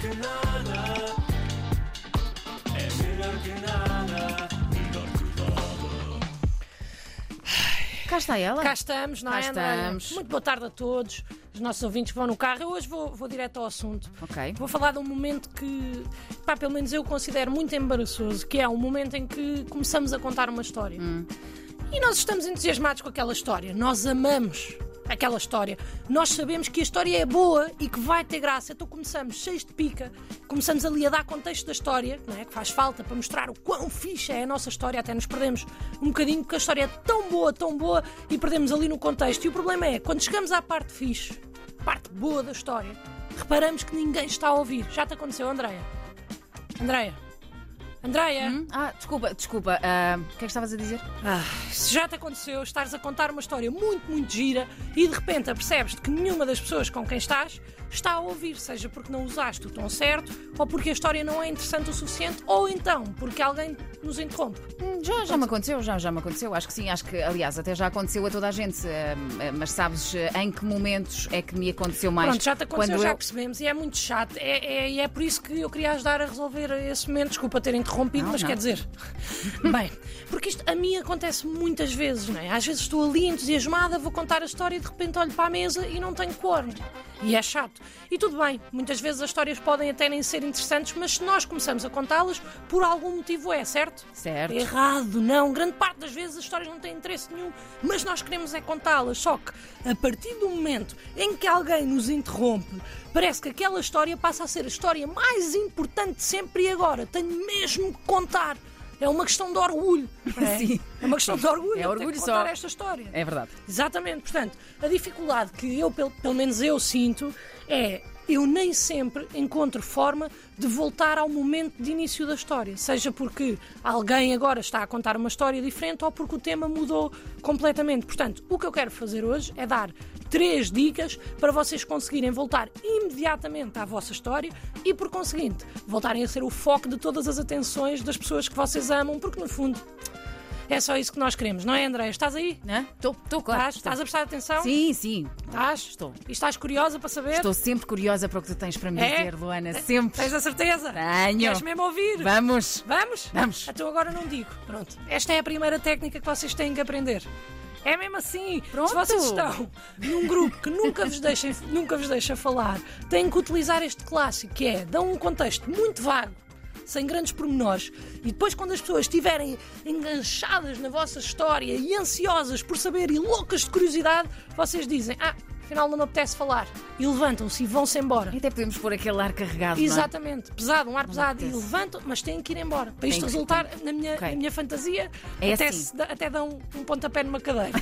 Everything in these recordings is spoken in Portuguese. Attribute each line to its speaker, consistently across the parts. Speaker 1: que nada. É melhor que nada. Melhor que nada.
Speaker 2: Cá está ela.
Speaker 3: Cá estamos, não
Speaker 2: Cá
Speaker 3: é? Andréia?
Speaker 2: estamos.
Speaker 3: Muito boa tarde a todos. Os nossos ouvintes que vão no carro. Eu hoje vou, vou direto ao assunto.
Speaker 2: Ok.
Speaker 3: Vou falar de um momento que, pá, pelo menos eu considero muito embaraçoso, que é o momento em que começamos a contar uma história. E nós estamos entusiasmados com aquela história. Nós amamos aquela história. Nós sabemos que a história é boa e que vai ter graça. Então começamos cheios de pica, começamos ali a dar contexto da história, não é? que faz falta para mostrar o quão ficha é a nossa história. Até nos perdemos um bocadinho, porque a história é tão boa, tão boa, e perdemos ali no contexto. E o problema é, quando chegamos à parte fixe, parte boa da história, reparamos que ninguém está a ouvir. Já te aconteceu, Andreia? Andreia? Andreia?
Speaker 2: Ah, desculpa, desculpa. ah, o que é que estavas a dizer?
Speaker 3: Ah, se já te aconteceu estares a contar uma história muito, muito gira e de repente apercebes que nenhuma das pessoas com quem estás está a ouvir, seja porque não usaste o tom certo, ou porque a história não é interessante o suficiente, ou então porque alguém nos interrompe.
Speaker 2: Hum, Já, já me aconteceu, já, já me aconteceu. Acho que sim, acho que, aliás, até já aconteceu a toda a gente. ah, ah, mas sabes ah, em que momentos é que me aconteceu mais?
Speaker 3: Pronto, já te aconteceu,
Speaker 2: Quando
Speaker 3: já
Speaker 2: eu-
Speaker 3: percebemos, e é muito chato. É, é, e é por isso que eu queria ajudar a resolver esse momento. Desculpa ter interrompido,
Speaker 2: Não,
Speaker 3: mas
Speaker 2: não.
Speaker 3: quer dizer. Bem, porque isto a mim acontece muitas vezes, não é? Às vezes estou ali entusiasmada, vou contar a história e de repente olho para a mesa e não tenho corno. E é chato. E tudo bem, muitas vezes as histórias podem até nem ser interessantes, mas se nós começamos a contá-las, por algum motivo é, certo?
Speaker 2: Certo.
Speaker 3: Errado, não. Grande parte das vezes as histórias não têm interesse nenhum, mas nós queremos é contá-las. Só que, a partir do momento em que alguém nos interrompe, parece que aquela história passa a ser a história mais importante de sempre e agora. Tenho mesmo que contar. É uma questão de orgulho. não é?
Speaker 2: Sim.
Speaker 3: É uma questão de orgulho.
Speaker 2: É
Speaker 3: eu
Speaker 2: orgulho
Speaker 3: tenho que
Speaker 2: só.
Speaker 3: contar esta história.
Speaker 2: É verdade.
Speaker 3: Exatamente, portanto, a dificuldade que eu, pel- pelo menos eu sinto, é eu nem sempre encontro forma de voltar ao momento de início da história, seja porque alguém agora está a contar uma história diferente ou porque o tema mudou completamente. Portanto, o que eu quero fazer hoje é dar três dicas para vocês conseguirem voltar imediatamente à vossa história e, por conseguinte, voltarem a ser o foco de todas as atenções das pessoas que vocês amam, porque no fundo é só isso que nós queremos, não é, André? Estás aí?
Speaker 2: Estou, claro.
Speaker 3: Estás, estás a prestar atenção?
Speaker 2: Sim, sim.
Speaker 3: Estás?
Speaker 2: Estou.
Speaker 3: E estás curiosa para saber?
Speaker 2: Estou sempre curiosa para o que tu tens para me
Speaker 3: É?
Speaker 2: dizer, Luana. Sempre.
Speaker 3: Tens a certeza?
Speaker 2: Tenho.
Speaker 3: Queres mesmo ouvir?
Speaker 2: Vamos.
Speaker 3: Vamos?
Speaker 2: Vamos.
Speaker 3: Então agora não digo. Pronto. Esta é a primeira técnica que vocês têm que aprender. É mesmo assim.
Speaker 2: Pronto.
Speaker 3: Se vocês estão num grupo que nunca vos, deixem, nunca vos deixa falar, têm que utilizar este clássico, que é dão um contexto muito vago, sem grandes pormenores, e depois quando as pessoas estiverem enganchadas na vossa história e ansiosas por saber e loucas de curiosidade, vocês dizem, ah, afinal não me apetece falar, e levantam-se e vão-se embora.
Speaker 2: E Até podemos pôr aquele ar carregado. não é?
Speaker 3: Exatamente, pesado, um ar pesado. E
Speaker 2: apetece.
Speaker 3: levantam, mas têm que ir embora. Para
Speaker 2: que-
Speaker 3: isto resultar, na minha,
Speaker 2: Ok.
Speaker 3: na minha fantasia,
Speaker 2: É
Speaker 3: até,
Speaker 2: assim.
Speaker 3: se dá- até dão um pontapé numa cadeira.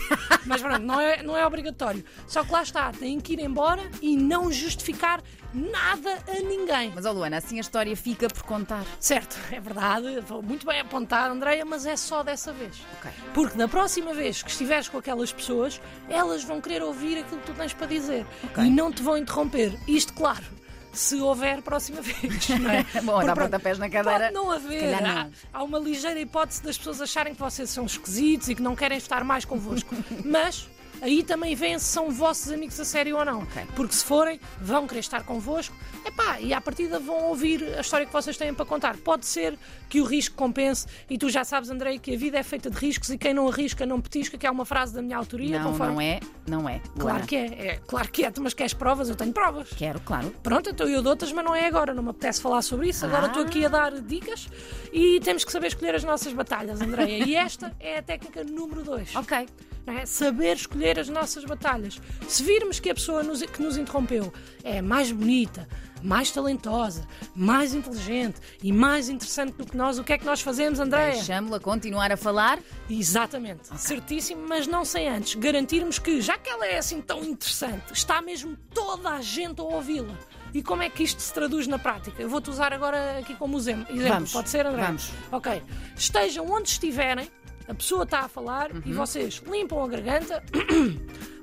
Speaker 3: mas pronto, não é, não é obrigatório. Só que lá está, têm que ir embora e não justificar nada a ninguém.
Speaker 2: Mas, ó Luana, assim a história fica por contar.
Speaker 3: Certo, é verdade, vou muito bem apontar, Andreia, mas é só dessa vez.
Speaker 2: Ok.
Speaker 3: Porque da próxima vez que estiveres com aquelas pessoas, elas vão querer ouvir aquilo que tu tens para dizer
Speaker 2: Ok.
Speaker 3: e não te vão interromper. Isto, claro, se houver próxima vez. Não é?
Speaker 2: Bom,
Speaker 3: Porque,
Speaker 2: dá
Speaker 3: pronto,
Speaker 2: pontapés na cadeira,
Speaker 3: Pode não haver.
Speaker 2: calhar
Speaker 3: Há-
Speaker 2: não.
Speaker 3: Há, uma ligeira hipótese das pessoas acharem que vocês são esquisitos e que não querem estar mais convosco. mas. Aí também vêem se são vossos amigos a sério ou não.
Speaker 2: Ok.
Speaker 3: Porque se forem, vão querer estar convosco. Epá, e à partida vão ouvir a história que vocês têm para contar. Pode ser que o risco compense. E tu já sabes, Andrei, que a vida é feita de riscos e quem não arrisca não petisca, que é uma frase da minha autoria.
Speaker 2: Não,
Speaker 3: conforme...
Speaker 2: não é, não é.
Speaker 3: Claro que é, é, Claro que é. Tu, mas queres provas? Eu tenho provas.
Speaker 2: Quero, claro.
Speaker 3: Pronto, então eu dou-te, mas não é agora, não me apetece falar sobre isso. Agora
Speaker 2: Ah.
Speaker 3: estou aqui a dar dicas e temos que saber escolher as nossas batalhas, Andreia. E esta é a técnica número 2.
Speaker 2: Ok.
Speaker 3: não é? Saber escolher as nossas batalhas. Se virmos que a pessoa nos- que nos interrompeu é mais bonita, mais talentosa, mais inteligente e mais interessante do que nós, o que é que nós fazemos, Andréia?
Speaker 2: Deixamo-la continuar a falar.
Speaker 3: Exatamente, certíssimo, mas não sem antes garantirmos que, já que ela é assim tão interessante, está mesmo toda a gente a ouvi-la. E como é que isto se traduz na prática? Eu vou-te usar agora aqui como exemplo. exemplo.
Speaker 2: Vamos.
Speaker 3: Pode ser, André?
Speaker 2: Vamos.
Speaker 3: Ok. Estejam onde estiverem, a pessoa está a falar
Speaker 2: Uhum.
Speaker 3: e vocês limpam a garganta,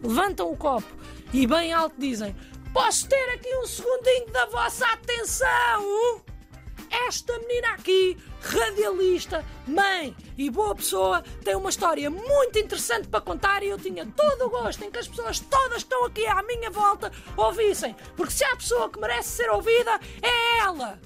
Speaker 3: levantam o copo e bem alto dizem: Posso ter aqui um segundinho da vossa atenção? Esta menina aqui, radialista, mãe e boa pessoa, tem uma história muito interessante para contar e eu tinha todo o gosto em que as pessoas todas que estão aqui à minha volta ouvissem. Porque se há pessoa que merece ser ouvida, é ela.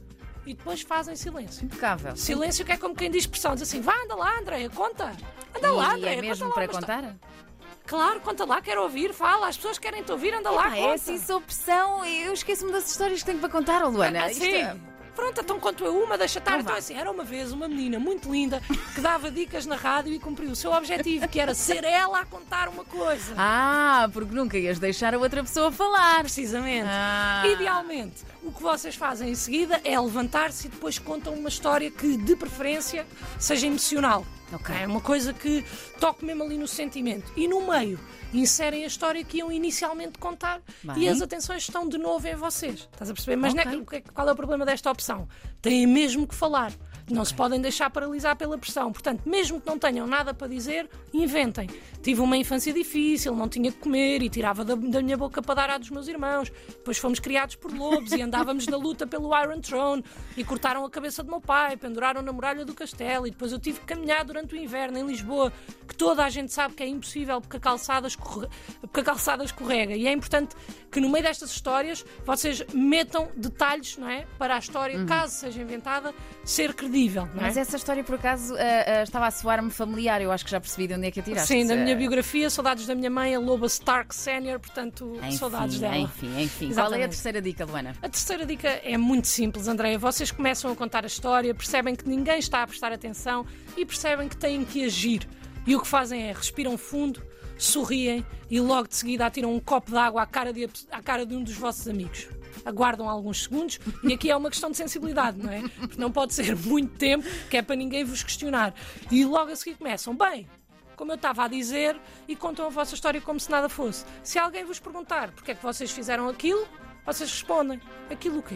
Speaker 3: E depois fazem silêncio.
Speaker 2: Impecável.
Speaker 3: Silêncio que é como quem diz pressão, diz assim, vá, anda lá, Andréia, conta. Anda Tá lá,
Speaker 2: E
Speaker 3: Andréia,
Speaker 2: é mesmo
Speaker 3: conta lá tá-
Speaker 2: para
Speaker 3: uma histó-
Speaker 2: contar?
Speaker 3: Claro, conta lá, quero ouvir, fala, as pessoas querem te ouvir, anda tá lá,
Speaker 2: Epá,
Speaker 3: conta.
Speaker 2: é assim, sou opção. Eu esqueço-me das histórias que tenho para contar, oh, Luana.
Speaker 3: Ah,
Speaker 2: Isto
Speaker 3: sim.
Speaker 2: é-
Speaker 3: Pronto, então conto eu uma, deixa estar.
Speaker 2: Então
Speaker 3: Então,
Speaker 2: vá.
Speaker 3: assim, era uma vez uma menina muito linda que dava dicas na rádio e cumpriu o seu objetivo, que era ser ela a contar uma coisa.
Speaker 2: Ah, porque nunca ias deixar a outra pessoa falar.
Speaker 3: Precisamente.
Speaker 2: Ah.
Speaker 3: Idealmente, o que vocês fazem em seguida é levantar-se e depois contam uma história que, de preferência, seja emocional.
Speaker 2: Ok.
Speaker 3: É uma coisa que toque mesmo ali no sentimento. E no meio, inserem a história que iam inicialmente contar
Speaker 2: Bem.
Speaker 3: e as atenções estão de novo em vocês. Estás a perceber? Mas
Speaker 2: Ok.
Speaker 3: não é que- o que é que- qual é o problema desta opção? Têm mesmo que falar. Não se podem deixar paralisar pela pressão. Portanto, mesmo que não tenham nada para dizer, inventem. Tive uma infância difícil, não tinha que comer e tirava da, da minha boca para dar à dos meus irmãos. Depois fomos criados por lobos e andávamos na luta pelo Iron Throne e cortaram a cabeça do meu pai, penduraram na muralha do castelo e depois eu tive que caminhar durante o inverno em Lisboa, que toda a gente sabe que é impossível porque a calçada escorrega, porque a calçada escorrega. e é importante que no meio destas histórias vocês metam detalhes, não é, para a história, caso seja inventada, ser credível, não é?
Speaker 2: Uhum. Mas essa história, por acaso, ah, ah, estava a soar-me familiar. Eu acho que já percebi de onde é que a tiraste.
Speaker 3: Sim, da minha
Speaker 2: Ah,
Speaker 3: biografia, saudades da minha mãe, a Loba Stark Sénior, portanto,
Speaker 2: enfim,
Speaker 3: saudades dela.
Speaker 2: Enfim, enfim. Qual é a
Speaker 3: Exatamente.
Speaker 2: terceira dica, Luana?
Speaker 3: A terceira dica é muito simples, Andréia. Vocês começam a contar a história, percebem que ninguém está a prestar atenção e percebem que têm que agir. E o que fazem é respiram fundo, sorriem e logo de seguida atiram um copo de água à cara de, à cara de um dos vossos amigos. Aguardam alguns segundos e aqui é uma questão de sensibilidade, não é? Porque não pode ser muito tempo, que é para ninguém vos questionar. E logo a seguir começam. Bem, como eu estava a dizer, e contam a vossa história como se nada fosse. Se alguém vos perguntar porque é que vocês fizeram aquilo, vocês respondem: aquilo o quê?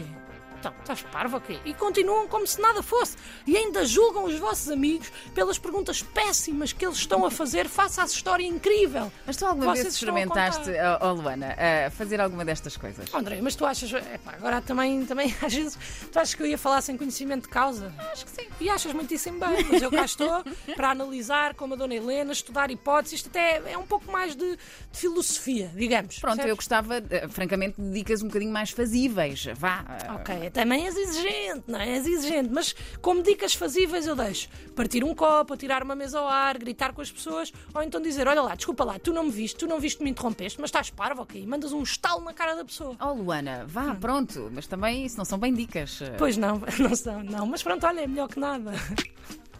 Speaker 3: Então, estás parvo o quê? E continuam como se nada fosse. E ainda julgam os vossos amigos pelas perguntas péssimas que eles estão a fazer face à história incrível.
Speaker 2: Mas tu alguma
Speaker 3: Vocês
Speaker 2: vez
Speaker 3: estão a contar.
Speaker 2: experimentaste, oh, oh, Luana, a fazer alguma destas coisas?
Speaker 3: Oh, André, mas tu achas. Epá, agora também, também às vezes. Tu achas que eu ia falar sem conhecimento de causa? Acho que sim. E achas muitíssimo bem, mas eu cá estou para analisar como a Dona Helena, estudar hipóteses. Isto até é um pouco mais de, de filosofia, digamos.
Speaker 2: Pronto, eu
Speaker 3: percebes?
Speaker 2: gostava, eh, francamente, de dicas um bocadinho mais fazíveis. Vá. ah,
Speaker 3: Ok, é também és exigente, não é? És exigente, mas como dicas fazíveis eu deixo partir um copo, atirar uma mesa ao ar, gritar com as pessoas, ou então dizer: Olha lá, desculpa lá, tu não me viste, tu não viste que me interrompeste, mas estás parvo, ok? E mandas um estalo na cara da pessoa.
Speaker 2: Oh, Luana, vá, pronto. Mas também isso não são bem dicas. eh,
Speaker 3: Pois não, não são, não. Mas pronto, olha, é melhor que nada.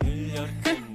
Speaker 1: Melhor que